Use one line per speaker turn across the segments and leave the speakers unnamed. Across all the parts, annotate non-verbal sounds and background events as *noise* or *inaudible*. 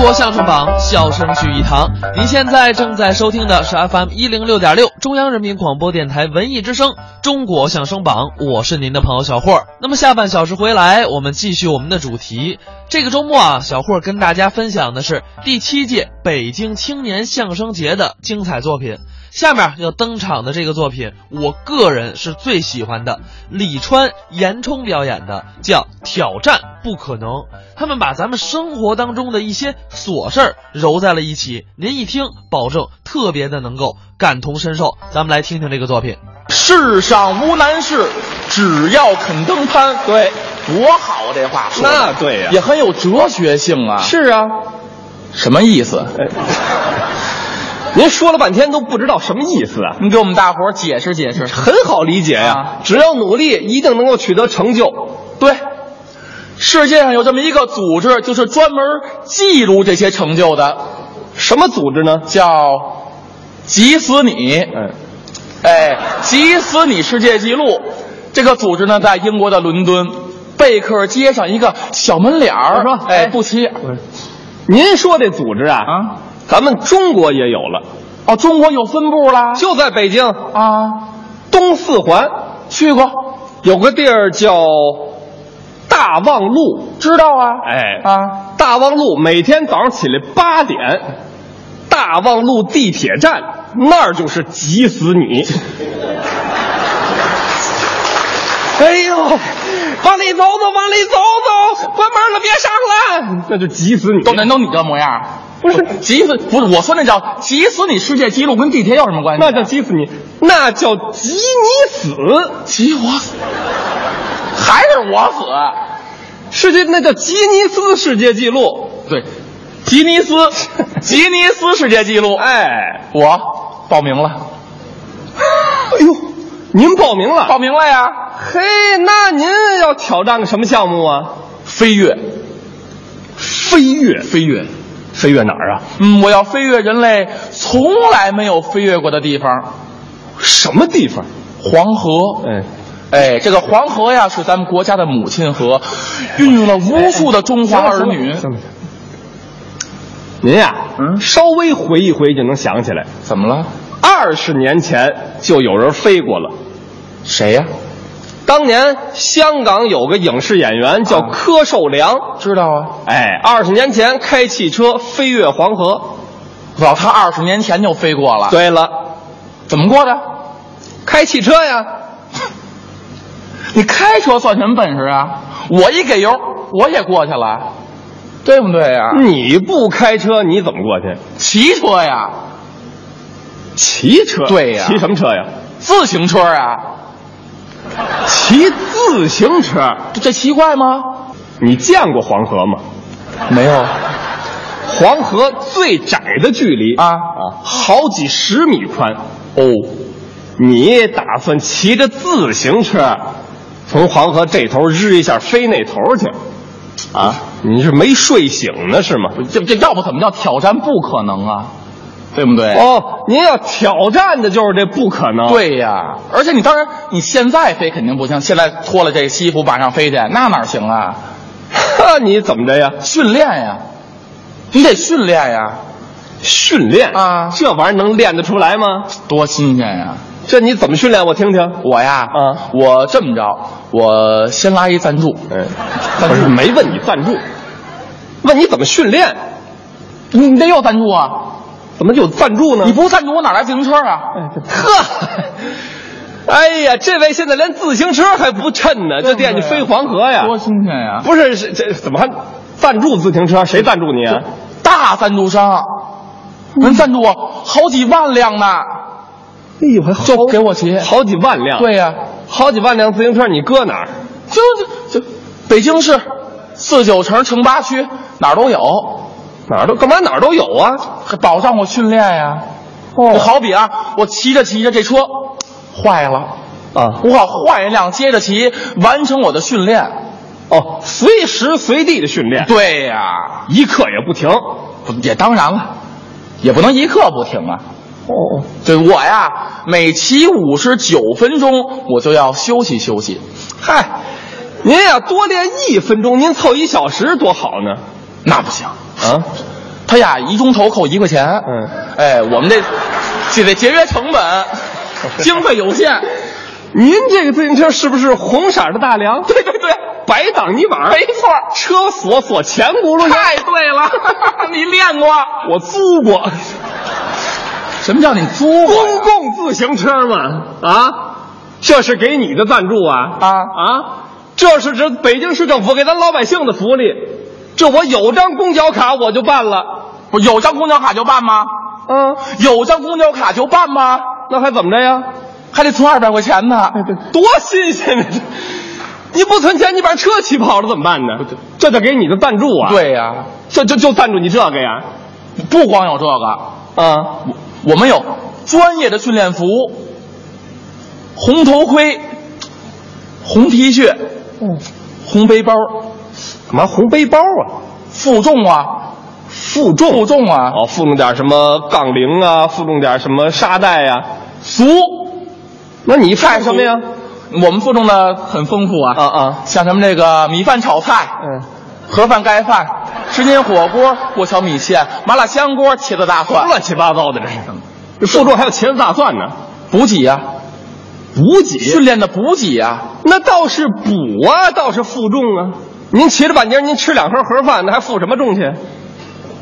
国相声榜，笑声聚一堂。您现在正在收听的是 FM 一零六点六，中央人民广播电台文艺之声《中国相声榜》，我是您的朋友小霍儿。那么下半小时回来，我们继续我们的主题。这个周末啊，小霍儿跟大家分享的是第七届北京青年相声节的精彩作品。下面要登场的这个作品，我个人是最喜欢的，李川、严冲表演的，叫《挑战不可能》。他们把咱们生活当中的一些琐事儿揉在了一起，您一听，保证特别的能够感同身受。咱们来听听这个作品。
世上无难事，只要肯登攀。对，多好这话说的。
那对呀
也很有哲学性啊。
是啊，
什么意思？
*laughs* 您说了半天都不知道什么意思啊，
您给我们大伙儿解释解释。
很好理解呀、
啊
只要努力，一定能够取得成就。
对，世界上有这么一个组织，就是专门记录这些成就的，
什么组织呢？
叫“急死你”。
嗯，
哎，急死你世界纪录！这个组织呢，在英国的伦敦贝克街上一个小门脸儿。
我说
哎，
哎
不起眼儿
您说这组织啊，
啊！
咱们中国也有了，
哦，中国有分部啦。
就在北京
啊，
东四环
去过，
有个地儿叫大望路，
知道啊。
哎
啊，
大望路每天早上起来八点，大望路地铁站那儿就是急死
*laughs*
你。哎呦，往里走走，往里走走，关门了别上来，那就急死你。
都难道你这模样儿？
不是
急死！不是我说那叫急死你世界纪录，跟地铁有什么关系啊？
那叫急死你，那叫急你死，
急我死，还是我死？啊
世界那叫吉尼斯世界纪录。
对，吉尼斯，
*laughs*
吉尼斯世界纪录。，
哎，
我报名了，
哎呦，您报名了？
报名了呀！
嘿，那您要挑战个什么项目啊？
飞跃，
飞跃，
飞跃。
飞跃哪儿啊？
嗯，我要飞跃人类从来没有飞跃过的地方
什么地方？
——黄河。
哎，
哎，这个黄河呀，是咱们国家的母亲河，孕育了无数的中华儿
行
女。
了行了您呀、
嗯
稍微回忆回忆就能想起来，
怎么了？
二十年前就有人飞过了。
谁呀、
当年香港有个影视演员叫
啊
柯受良，
知道啊，
哎，二十年前开汽车飞越黄河。
老他二十年前就飞过了。，
对了，
怎么过的？
开汽车呀，
你开车算什么本事啊？我一给油，我也过去了，对不对呀、
你不开车你怎么过去？
骑车呀，
骑车？
对呀
骑什么车呀？
自行车啊，
骑自行车。
这这奇怪吗？啊
你见过黄河吗？
没有
黄河最窄的距离
啊，
好几十米宽。
哦，
你打算骑着自行车从黄河这头日一下飞那头去？啊，你是没睡醒呢是吗？
不这这要不怎么叫挑战不可能啊？对不对？
哦，您要挑战的就是这不可能。，
对呀，而且你当然你现在飞肯定不行，现在脱了这西服马上飞去，那哪行啊？
哈， *laughs* 你怎么着呀？
训练呀，你得训练呀，
训练
啊
这玩意儿能练得出来吗？
多新鲜呀！啊
这你怎么训练？我听听。
我呀，
嗯
我这么着，我先拉一赞助，
嗯，
赞
不是
助
没问你赞助，问你怎么训练，
你你得有赞助啊，
怎么就有赞助呢？
你不赞助我哪来自行车啊？
呵，哎呀，这位现在连自行车还不趁呢，就惦记飞黄河呀？
多新鲜呀！
不是，是这怎么还赞助自行车？谁赞助你
哎
啊？
大赞助商，人赞助我好几万辆呢，
哎呦，还
就给我骑。
好哎几万辆，，
对呀、
好几万辆自行车，你搁哪儿？
就就就北京市四九城城八区哪儿都有，
哪儿都干嘛哪儿都有啊！
保障我训练呀。就好比啊，我骑着骑着这车坏了，
啊，
我好换一辆接着骑，完成我的训练。
哦，随时随地的训练，
对呀、
一刻也不停。
不也当然了，也不能一刻不停啊。
哦，
对我呀，每骑五十九分钟，我就要休息休息。
嗨，您呀多练一分钟，您凑一小时多好呢！
那不行，
啊，
*laughs* 他呀一钟头扣一块钱。
嗯，
哎，我们这就得节约
*laughs*
成本，经费有限。
您这个自行车是不是红色的大梁？
对对对，
白挡泥板，
没错，
车锁锁前轱辘下。
太
*laughs*
对了，你练过？
我租过
什么叫你租啊过
公
呀？
共自行车嘛，啊，这是给你的赞助啊
啊
啊，这是指北京市政府给咱老百姓的福利，这我有张公交卡我就办了，
不是有张公交卡就办吗？
嗯，
有张公交卡就办吗？
那还怎么着呀？
还得存二百块钱呢。
多新鲜呢！这你不存钱，你把车骑跑了怎么办呢？这得给你的赞助啊！，
对呀、
这就就赞助你这个呀，
不光有这个，
啊，
我们有专业的训练服，红头盔，红 T 恤，
嗯
红背包，
干嘛红背包啊？
负重啊，
负重
负重啊，
哦，附弄点什么杠铃啊，附弄点什么沙袋呀、
俗
那你带什么呀？？
我们负重的很丰富啊，
啊啊，
像什么这个米饭炒菜，
嗯，
盒饭盖饭，什锦火锅，过桥米线，麻辣香锅，茄子大蒜，
乱七八糟的这是。这负重还有茄子大蒜呢，
补给呀、
补给
训练的补给呀、
那倒是补啊，倒是负重啊。您骑着半截儿，您吃两盒盒饭，那还负什么重去？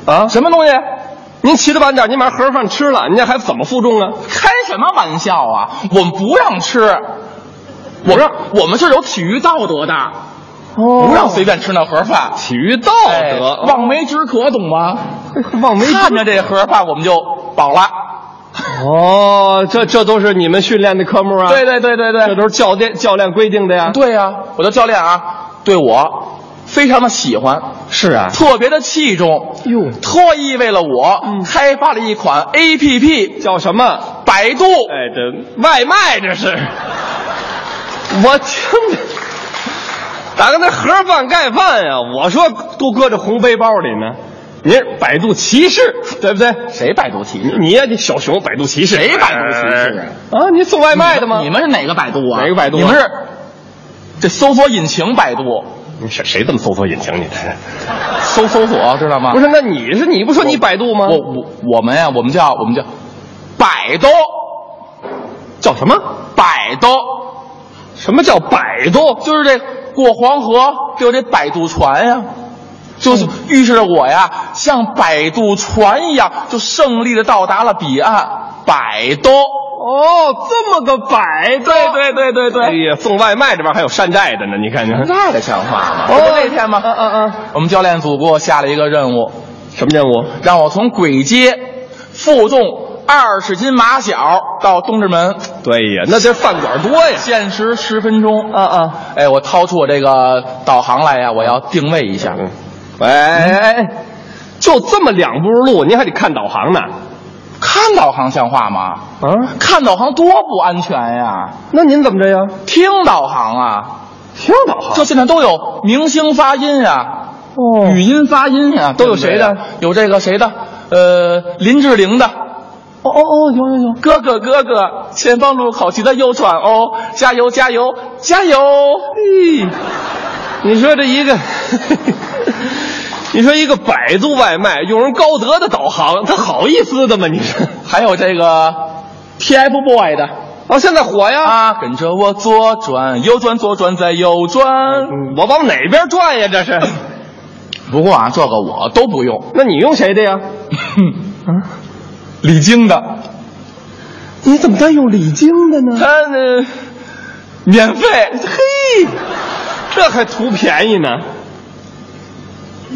啊，
什么东西？
您骑着半截儿，您把盒饭吃了，您这还怎么负重啊？
开什么玩笑啊！我们不让吃，我们我们是有体育道德的，不让随便吃那盒饭。
哦体育道
哎
德，
望梅止渴，懂吗？
*laughs* 望梅止啊
看着这盒饭我们就饱了。
哦，这这都是你们训练的科目啊。
对，对对对
这
对，
都是教练教练规定的呀。
对呀、啊我的教练啊，对我非常的喜欢，
是啊，
特别的器重，
哟嗯
特意为了我开发了一款 A P P，
叫什么？
百度。
哎，这 *laughs* 外卖这是， *laughs* 我听着，打个那盒饭盖饭呀、我说都搁这红背包里呢。您是百度骑士对不对？
谁百度体育？
你呀，你小熊百度骑士，
谁百度骑士
啊？啊，你送外卖的吗？
你们是哪个百度啊？
哪个百度啊
你们是这搜索引擎百度，
你谁谁这么搜索引擎？你这
搜搜索知道吗？
不，是？那你是你不说你百度吗？
我我我们呀、我们叫我们叫百度，
叫什么？
百度
什么叫百度？
就是这过黄河就有这摆渡船呀、就是
嗯
预示着我呀，像摆渡船一样，就胜利的到达了彼岸。百度，
哦，这么个百度。
对对对对
哎
对，
呀，送外卖这边还有山寨的呢，你看见？
那个像话吗？
哦
哦，那天嘛，
嗯嗯嗯，
我们教练组给我下了一个任务，
什么任务？
让我从簋街负重二十斤马小到东直门，
对呀，哎那这饭馆多呀。
限时十分钟。
啊啊，
哎，我掏出我这个导航来呀、我要定位一下。
嗯，喂，哎哎哎，就这么两步路，您还得看导航呢。
看导航像话吗？
啊，
看导航多不安全呀！
那您怎么着呀？
听导航啊，
听导航
这现在都有明星发音啊，
哦
语音发音啊，
都有
对不对
谁的？
有这个谁的？呃，林志玲的。
哦哦哦，有有有，
哥哥哥哥，前方路口记得右转哦！加油加油加油！
嘿，你说这一个， *laughs* 你说一个百度外卖用人高德的导航，他好意思的吗？你说
还有这个 TFBOY 的
啊，现在火呀！
啊，跟着我左转右转左转再右转。
嗯我往哪边转呀？这 *coughs* 是？
不过啊，这个我都不用。
那你用谁的 *laughs* 呀？啊
李菁的，
你怎么在用李菁的呢？
他呢免费，
嘿，这还图便宜呢？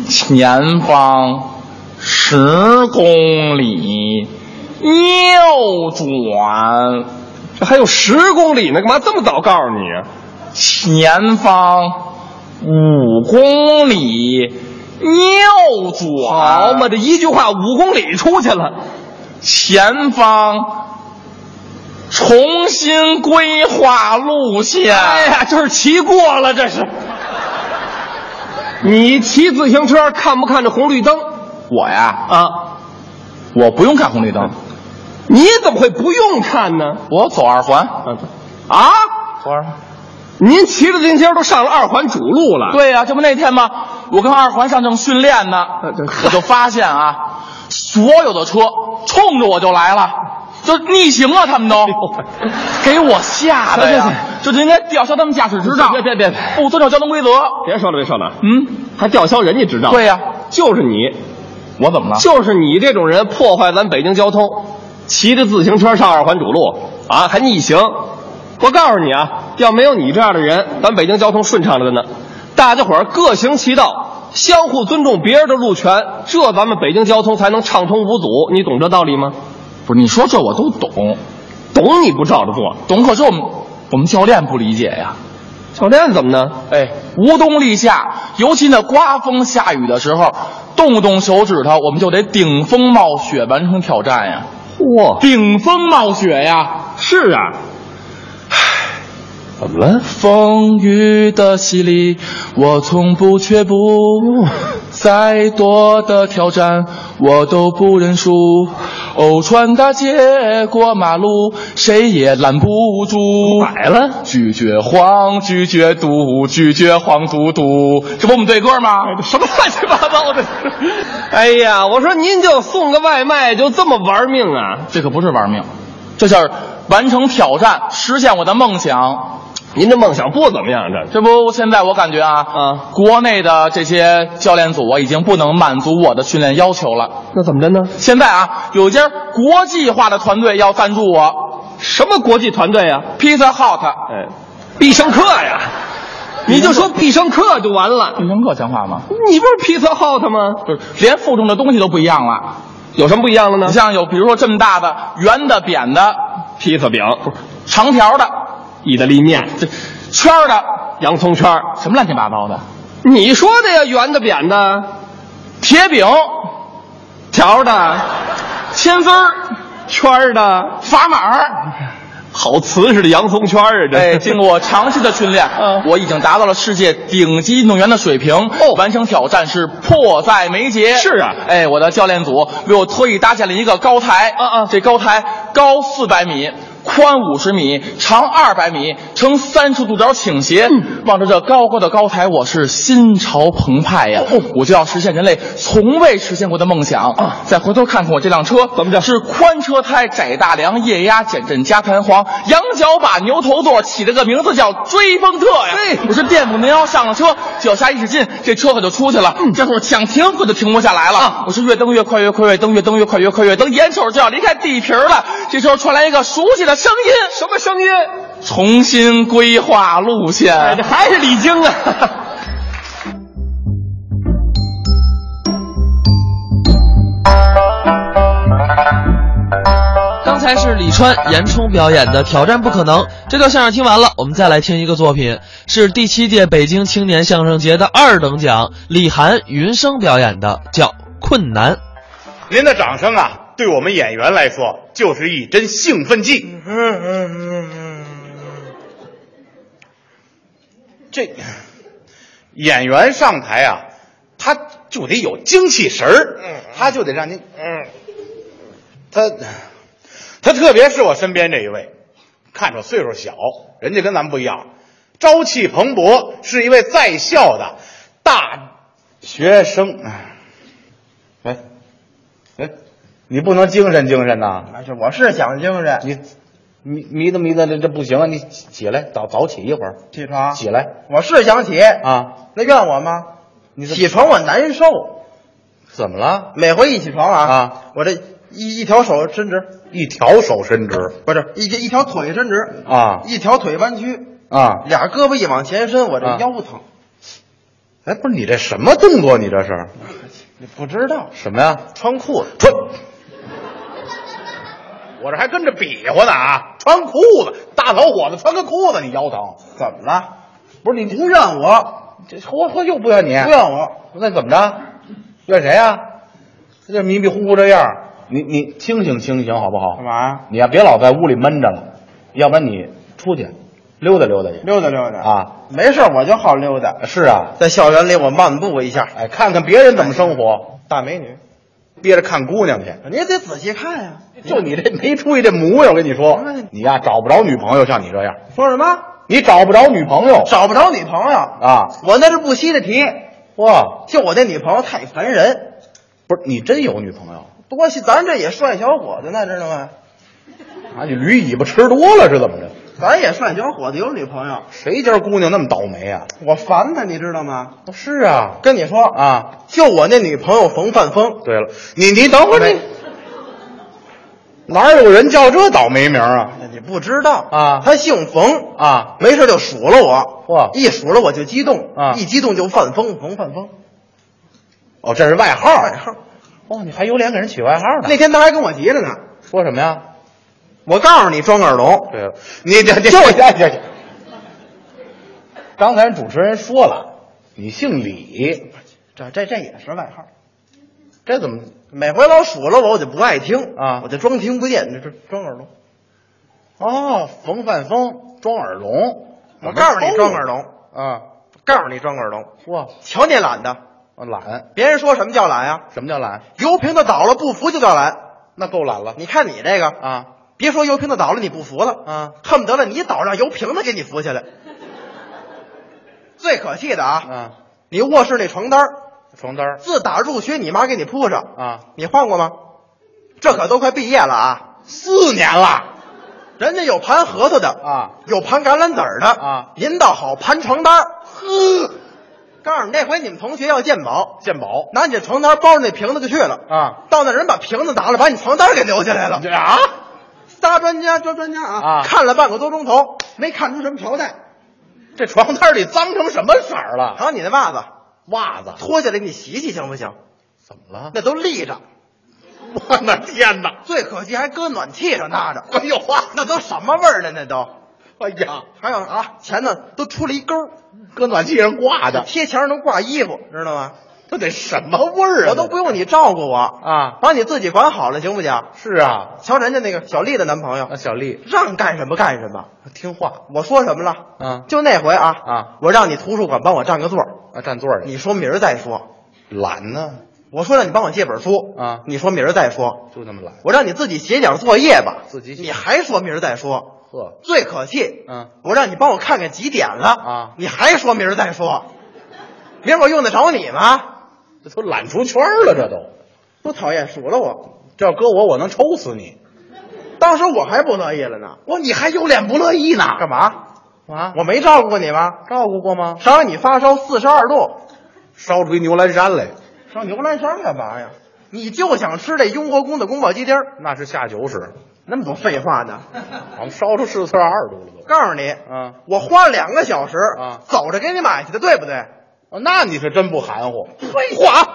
前方十公里右转，
这还有十公里呢，干嘛这么早告诉你啊？
前方五公里右转。
好嘛，这一句话五公里出去了，
前方重新规划路线。
哎呀，这是骑过了，这是。你骑自行车看不看这红绿灯
我呀，
啊？
我不用看红绿灯，
你怎么会不用看呢？
我走二环。
啊，
走二环。
您骑着自行车都上了二环主
啊
路了，
对呀、这不那天吗？我跟二环上正训练呢，
对
我就发现啊，所有的车冲着我就来了，就逆行了，他们都给我吓的呀！就应该吊销他们驾驶执照，
别别别别
不遵守交通规则。
别说了，别说了，
嗯，
还吊销人家执照？
对呀、
就是你，
我怎么了？
就是你这种人破坏咱北京交通，骑着自行车上二环主路啊，还逆行。我告诉你啊，要没有你这样的人，咱北京交通顺畅着呢。大家伙儿各行其道，相互尊重别人的路权，这咱们北京交通才能畅通无阻。你懂这道理吗？
不是你说这我都懂，
懂你不照着做，
懂可是我们我们教练不理解呀。
教练怎么呢？
哎，无冬立夏，尤其那刮风下雨的时候，动动手指头，我们就得顶风冒雪完成挑战呀！
嚯，
顶风冒雪呀！
是啊，怎么了？
风雨的洗礼，我从不却步。再多的挑战，我都不认输。偶穿大街过马路，谁也拦不住。
买了？
拒绝黄，拒绝赌，拒绝黄赌毒。这不我们对歌吗？什么乱七八糟的？
*laughs* 哎呀，我说您就送个外卖就这么玩命啊？
这可不是玩命，这是完成挑战，实现我的梦想。
您这梦想不怎么样，这
这不，现在我感觉啊，
啊
国内的这些教练组啊，已经不能满足我的训练要求了。
那怎么着呢？
现在啊，有一家国际化的团队要赞助我
什么国际团队呀、
，Pizza Hut。
哎，必胜客呀！你就说必胜客就完了。
必胜客像话吗？
你不是披萨 hot 吗？
就是连附中的东西都不一样了。
有什么不一样的呢
你？像有，比如说这么大的圆的、扁的、
披萨饼、
长条的、
意大利面、
这圈儿的，
洋葱圈儿，
什么乱七八糟的，
你说的呀，圆的、扁的、
铁饼、
条的、
铅丝儿、
圈儿的，
砝码儿。
好瓷实的洋葱圈儿啊！这 *laughs*
哎，经过长期的训练，
嗯
我已经达到了世界顶级运动员的水平。哦，完成挑战是迫在眉睫。
是啊
哎，我的教练组为我特意搭建了一个高台。
嗯嗯
这高台高四百米。宽五十米，长二百米，呈三十度角倾斜。
嗯
望着这高高的高台，我是心潮澎湃呀！
哦
我就要实现人类从未实现过的梦想。再回头看看我这辆车，
啊怎么着
是宽车胎、窄大梁、液压减震加弹簧、羊角把、牛头座，起了个名字叫追风特呀。
嘿
我是电母零幺上了车，脚下一使劲，这车可就出去了。这会儿想停可就停不下来了。我是越蹬越快，越快越蹬，越蹬越快，越快越蹬，眼瞅就要离开地皮儿了。这时候传来一个熟悉的声音：“什么声音？重新规划路线。
哎这还是李菁啊！
刚才是李川、严冲表演的《挑战不可能》这段相声听完了，我们再来听一个作品，是第七届北京青年相声节的二等奖李涵、云生表演的，叫《困难》。
您的掌声啊，对我们演员来说就是一针兴奋剂。嗯这演员上台啊，他就得有精气神儿，他就得让您，嗯，他他特别是我身边这一位，看着岁数小，人家跟咱们不一样，朝气蓬勃，是一位在校的大学生。哎，哎，你不能精神精神呐、
啊，这我是想精神，
你迷迷瞪迷瞪的，这不行啊！你起起来，早早起一会儿，
起床，
起来
我是想起，
啊！
那怨我吗？
你怎
起床我难受，
怎么了？
每回一起床啊，
啊
我这一一条手伸直，
一条手伸直
不是一一条腿伸直，
啊
一条腿弯曲，
啊！
俩胳膊一往前伸，我这
啊
腰疼。
哎，不是你这什么动作？你这是
你不知道，
什么呀？
穿裤子，
穿，我这还跟着比划呢啊！穿裤子，大老伙子穿个裤子，你腰疼？
怎么了？不是你不怨我，
这活活又不怨你？
不怨我，
那怎么着？怨谁呀、啊？他就迷迷糊糊这样儿，你你清醒清醒好不好？
干嘛呀？
你呀、别老在屋里闷着了，要不然你出去溜达溜达去。
溜达溜达
啊，
没事儿我就好溜达，
是啊，
在校园里我漫步一下。
哎，看看别人怎么生活，
大美女，
憋着看姑娘去。
你也得仔细看呀、
就你这没出息这模样，我跟你说
嗯，
你呀、找不着女朋友，像你这样，
说什么？
你找不着女朋友
找不着女朋友
哦啊？
我那是不惜的题。
哇，
就我那女朋友太烦人，
不是你真有女朋友？
不过咱这也帅小伙子呢，知道吗？
啊，你驴尾巴吃多了是怎么着？
咱也帅小伙子有女朋友，
谁家姑娘那么倒霉啊？
我烦他，你知道吗？
不是啊，
跟你说，
啊，
就我那女朋友冯范峰，
对了，你你等会儿
没
你，哪有人叫这倒霉名啊？
哎那你不知道
啊
他姓冯，
啊，
没事就数落我，
哇
一数落我就激动，
啊
一激动就范风，冯范风，
哦，这是外号，
外号。
哦，你还有脸给人起外号呢？
那天他还跟我急着呢，
说什么呀？
我告诉你，装耳聋，
对了，你 *laughs* 这这这这这，刚才主持人说了，你姓李，
这这这也是外号。
这怎么？
每回老数落我，我就不爱听
啊
我就装听不见，这这装耳聋。
哦，冯范峰装耳聋，
我告诉你装耳聋，
啊！
告诉你装耳聋，
哇，
瞧你懒的，
我懒，
别人说什么叫懒啊呀、
什么叫懒？
油瓶子倒了不服就叫懒，
那够懒了
你看你这个，
啊！
别说油瓶子倒了你不服了，
啊，
恨不得了你倒让油瓶子给你扶起
*laughs*
来。最可气的啊，
啊，
你卧室那床单儿
床单儿
自打入学你妈给你铺上，
啊，
你换过吗？这可都快毕业了啊，
四年了
人家有盘核桃的
啊，
有盘橄榄籽儿的
啊，
您倒好盘床单儿。呵，告诉你，这回你们同学要鉴宝，
鉴宝
拿你这床单包着那瓶子就去了。
啊，
到那人把瓶子拿了，把你床单儿给留下来了。
啊，
仨专家，抓专家啊，
啊
看了半个多钟头，没看出什么条带。
这床单里脏成什么色儿
然
了？
后你那袜子
袜子
脱下来，你洗洗行不行？
怎么了？
那都立着，
*laughs* 我的天哪！
最可惜还搁暖气上搭着。
*laughs* 哎呦哇
那都什么味儿了？那都。
哎呀，
还有啊，前头都出了一钩儿，
搁暖气上挂的，
贴墙上能挂衣服，知道吗？
这得什么味儿啊？
我都不用你照顾我
啊
把你自己管好了，行不行？
是啊，
瞧人家那个小丽的男朋友
那，小丽
让干什么干什么。
听话
我说什么了？
啊
就那回啊
啊，
我让你图书馆帮我占个座儿，
啊，占座儿去。
你说明儿再说。
懒呢，
我说让你帮我借本书
啊
你说明儿再说。
就那么懒。
我让你自己写点作业吧，
自己写
你还说明儿再说。
呵，
最可气，
嗯，
我让你帮我看看几点了
啊
你还说明儿再说，明儿我用得着你吗？
这都懒出圈儿了，这都。
多讨厌，数了我。
这要搁我，我能抽死你。
当时我还不乐意了呢，
哇，你还有脸不乐意呢？
干嘛？
嘛？
啊我没照顾过你吗？
啊照顾过吗？
谁让你发烧四十二度？
烧出一牛栏山来，
上牛栏山干嘛呀？你就想吃这雍和宫的宫保鸡丁儿，
那是下九十，
那么多废
*laughs*
话呢？
我们烧出四十二度了都。
告诉你，
嗯，
我花两个小时
啊
走着给你买去的，对不对？
哦那你是真不含糊。废话，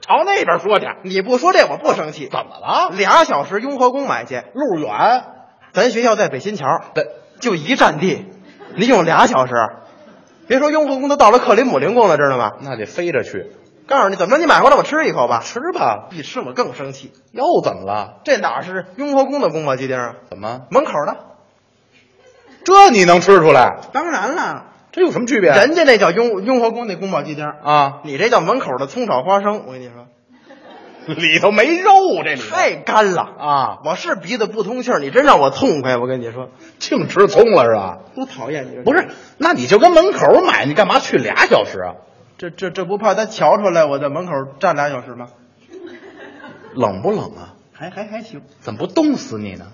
朝那边说去。
你不说这我不生气。
怎么了？
俩小时雍和宫买去，
路远，
咱学校在北新桥，
对，
就一站地，你用俩小时，别说雍和宫都到了克林姆林宫了，知道吗？
那得飞着去。
告诉你，怎么着你买回来我吃一口吧，
吃吧，
一吃我更生气。
又怎么了？
这哪是雍和宫的宫保鸡丁啊？
怎么？
门口的，
这你能吃出来？
当然了。
这有什么区别？
人家那叫雍雍和宫那宫保鸡丁儿，
啊，
你这叫门口的葱炒花生。我跟你说，
*laughs* 里头没肉，这里头
太干了！
啊，
我是鼻子不通气儿，你真让我痛快。我跟你说，
净吃葱了是吧？
多讨厌你！
不，是，那你就跟门口买，你干嘛去俩小时啊？
这这这不怕他瞧出来我在门口站俩小时吗？
冷不冷啊？
还还还行
怎么不冻死你呢？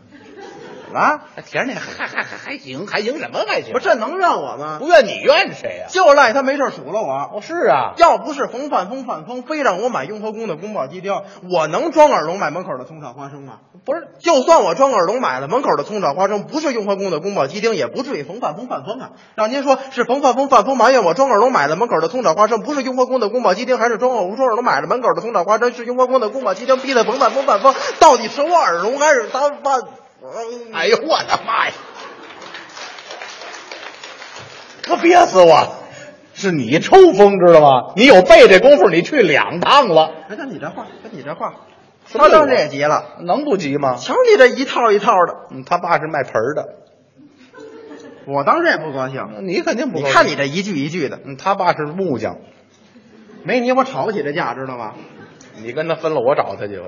啊！
田那还还还 *laughs* 还行，还行什么还行？
不是，这能让我吗？
不怨你怨谁呀、
就赖他没事儿数落我。
哦，是啊，
要不是冯范峰范峰非让我买雍和宫的宫保鸡丁，我能装耳聋买门口的葱炒花生吗？
不是
就算我装耳聋买了门口的葱炒花生，不是雍和宫的宫保鸡丁，也不至于冯范峰范风啊！让您说是冯范峰范风埋怨我装耳聋买了门口的葱炒花生，不是雍和宫的宫保鸡丁，还是装我装耳聋买了门口的葱炒花生，是雍和宫的宫保鸡丁逼的冯范峰范风，到底是我耳聋还是他范？
哎呦我的妈呀！可憋死我！是你抽风知道吗？你有背这功夫，你去两趟了，
哎，看你这话，看你这话，
什么
他
意思
当时也急了，
能不急吗？
瞧你这一套一套的，
嗯，他爸是卖盆儿的，
我当时也不高兴。
你肯定不
你
高兴。
看你这一句一句的，
嗯，他爸是木匠，
没你我吵不起这架，知道吗？
你跟他分了，我找他去吧。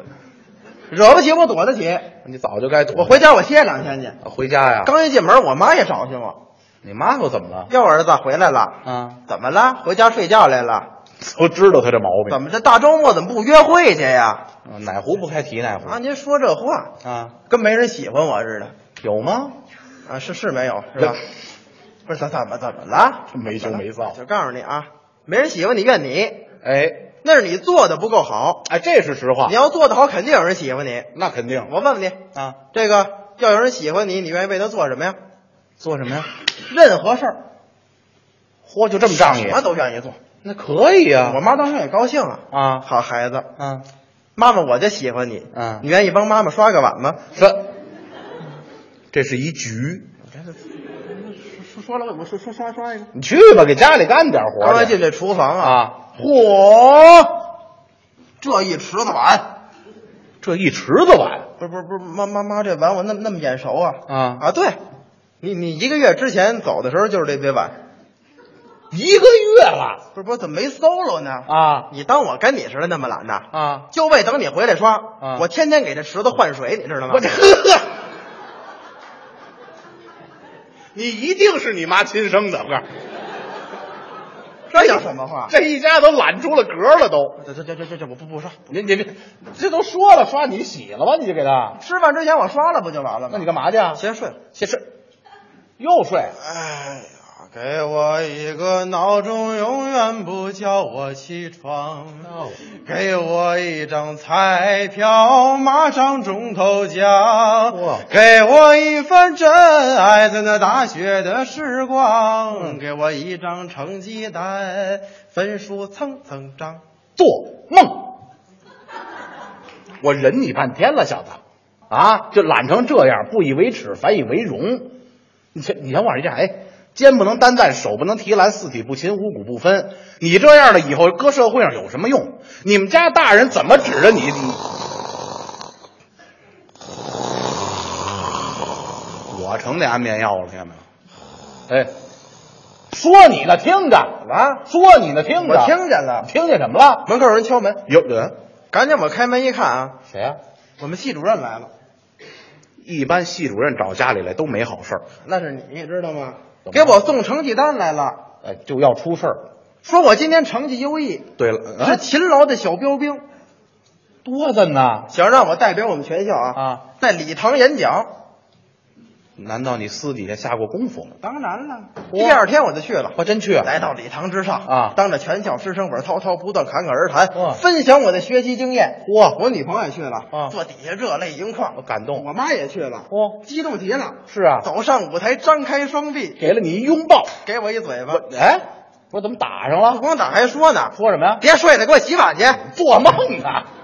惹不起我躲得起，
你早就该躲
我回家我歇两天去。
回家呀。
刚一进门，我妈也找去我。
你妈又怎么了？
哟，儿子回来了，
啊，
怎么了？回家睡觉来了？
*laughs* 都知道他这毛病
怎。么这大周末怎么不约会去呀？
嗯哪壶不开提哪壶
啊，您说这话
啊？
跟没人喜欢我似的
有吗？
啊，是是没有是吧？不是怎怎么怎么了？
*laughs* 没羞没臊 *laughs*
就告诉你啊，没人喜欢你怨你，
哎
那是你做的不够好。
哎，这是实话
你。要做得好，肯定有人喜欢你。
那肯定
我问问你，
啊，
这个要有人喜欢你，你愿意为他做什么呀？
做什么呀？
任何事儿，
嚯，就这么仗义
什？么都愿意做。
那可以呀
我妈当时也高兴啊，
啊
好孩子，
啊，
妈妈我就喜欢你。
嗯
你愿意帮妈妈刷个碗吗？
这这是一局，
说说了，我说说刷刷一个。
你去吧，给家里干点活
刚才
儿去
进这厨房啊，
啊！嚯，
这一池子碗，
这一池子碗
不是不是不是，妈妈妈，这碗我那么那么眼熟啊
啊
啊！对，你你一个月之前走的时候就是这杯碗，
一个月了
不是不是怎么没 solo 呢？
啊
你当我跟你似的那么懒呐？
啊！
就为等你回来刷
啊，
我天天给这池子换水，你知道吗？
*laughs* 我这呵呵，你一定是你妈亲生的，我告诉你，
这叫什么话？
这一家都懒出了格了都。
这这这这这这我不不刷，
你你这这都说了，刷你洗了吗？你就给他，
吃饭之前我刷了不就完了吗？
那你干嘛去啊？
先睡。
先睡，又睡。
哎呀，给我一个闹钟，永远不叫我起床。给我一张彩票，马上中头奖
哇。
给我一份真爱，在那大学的时光。
嗯
给我一张成绩单，分数蹭蹭涨。
做梦。我忍你半天了，小子，啊，就懒成这样，不以为耻，反以为荣。你瞧，你瞧往这样，哎，肩不能担担，手不能提篮，四体不勤，五谷不分。你这样的以后搁社会上有什么用？你们家大人怎么指着你？你我成那安眠药了，听见没有？哎，说你呢，听着啊，说你呢，听着，
我听见了
听见什么了？
门口有人敲门，
有呃人
赶紧我开门一看啊，
谁呀、
我们系主任来了。
一般系主任找家里来都没好事儿，
那是你知道吗
怎么了？
给我送成绩单来了，
哎，就要出事儿。
说我今天成绩优异，
对了，呃
是勤劳的小标兵，
多的啊呢。
想让我代表我们全校啊
啊，
在礼堂演讲。
难道你私底下下过功夫吗？
当然了，
哇
第二天我就去了。
我真去啊！
来到礼堂之上
啊
当着全校师生，我是滔滔不断、侃侃而
哇
谈，分享我的学习经验。
哇
我女朋友也去了，
啊
坐底下热泪
我
盈眶。
感动。
我妈也去了，
哦，
激动极了。
是啊，
走上舞台，张开双臂，
给了你一拥抱。
给我一嘴巴。
我哎，我怎么打上
不
了？
光打还说呢，
说什么呀？
别睡了，给我洗碗去。
做梦啊！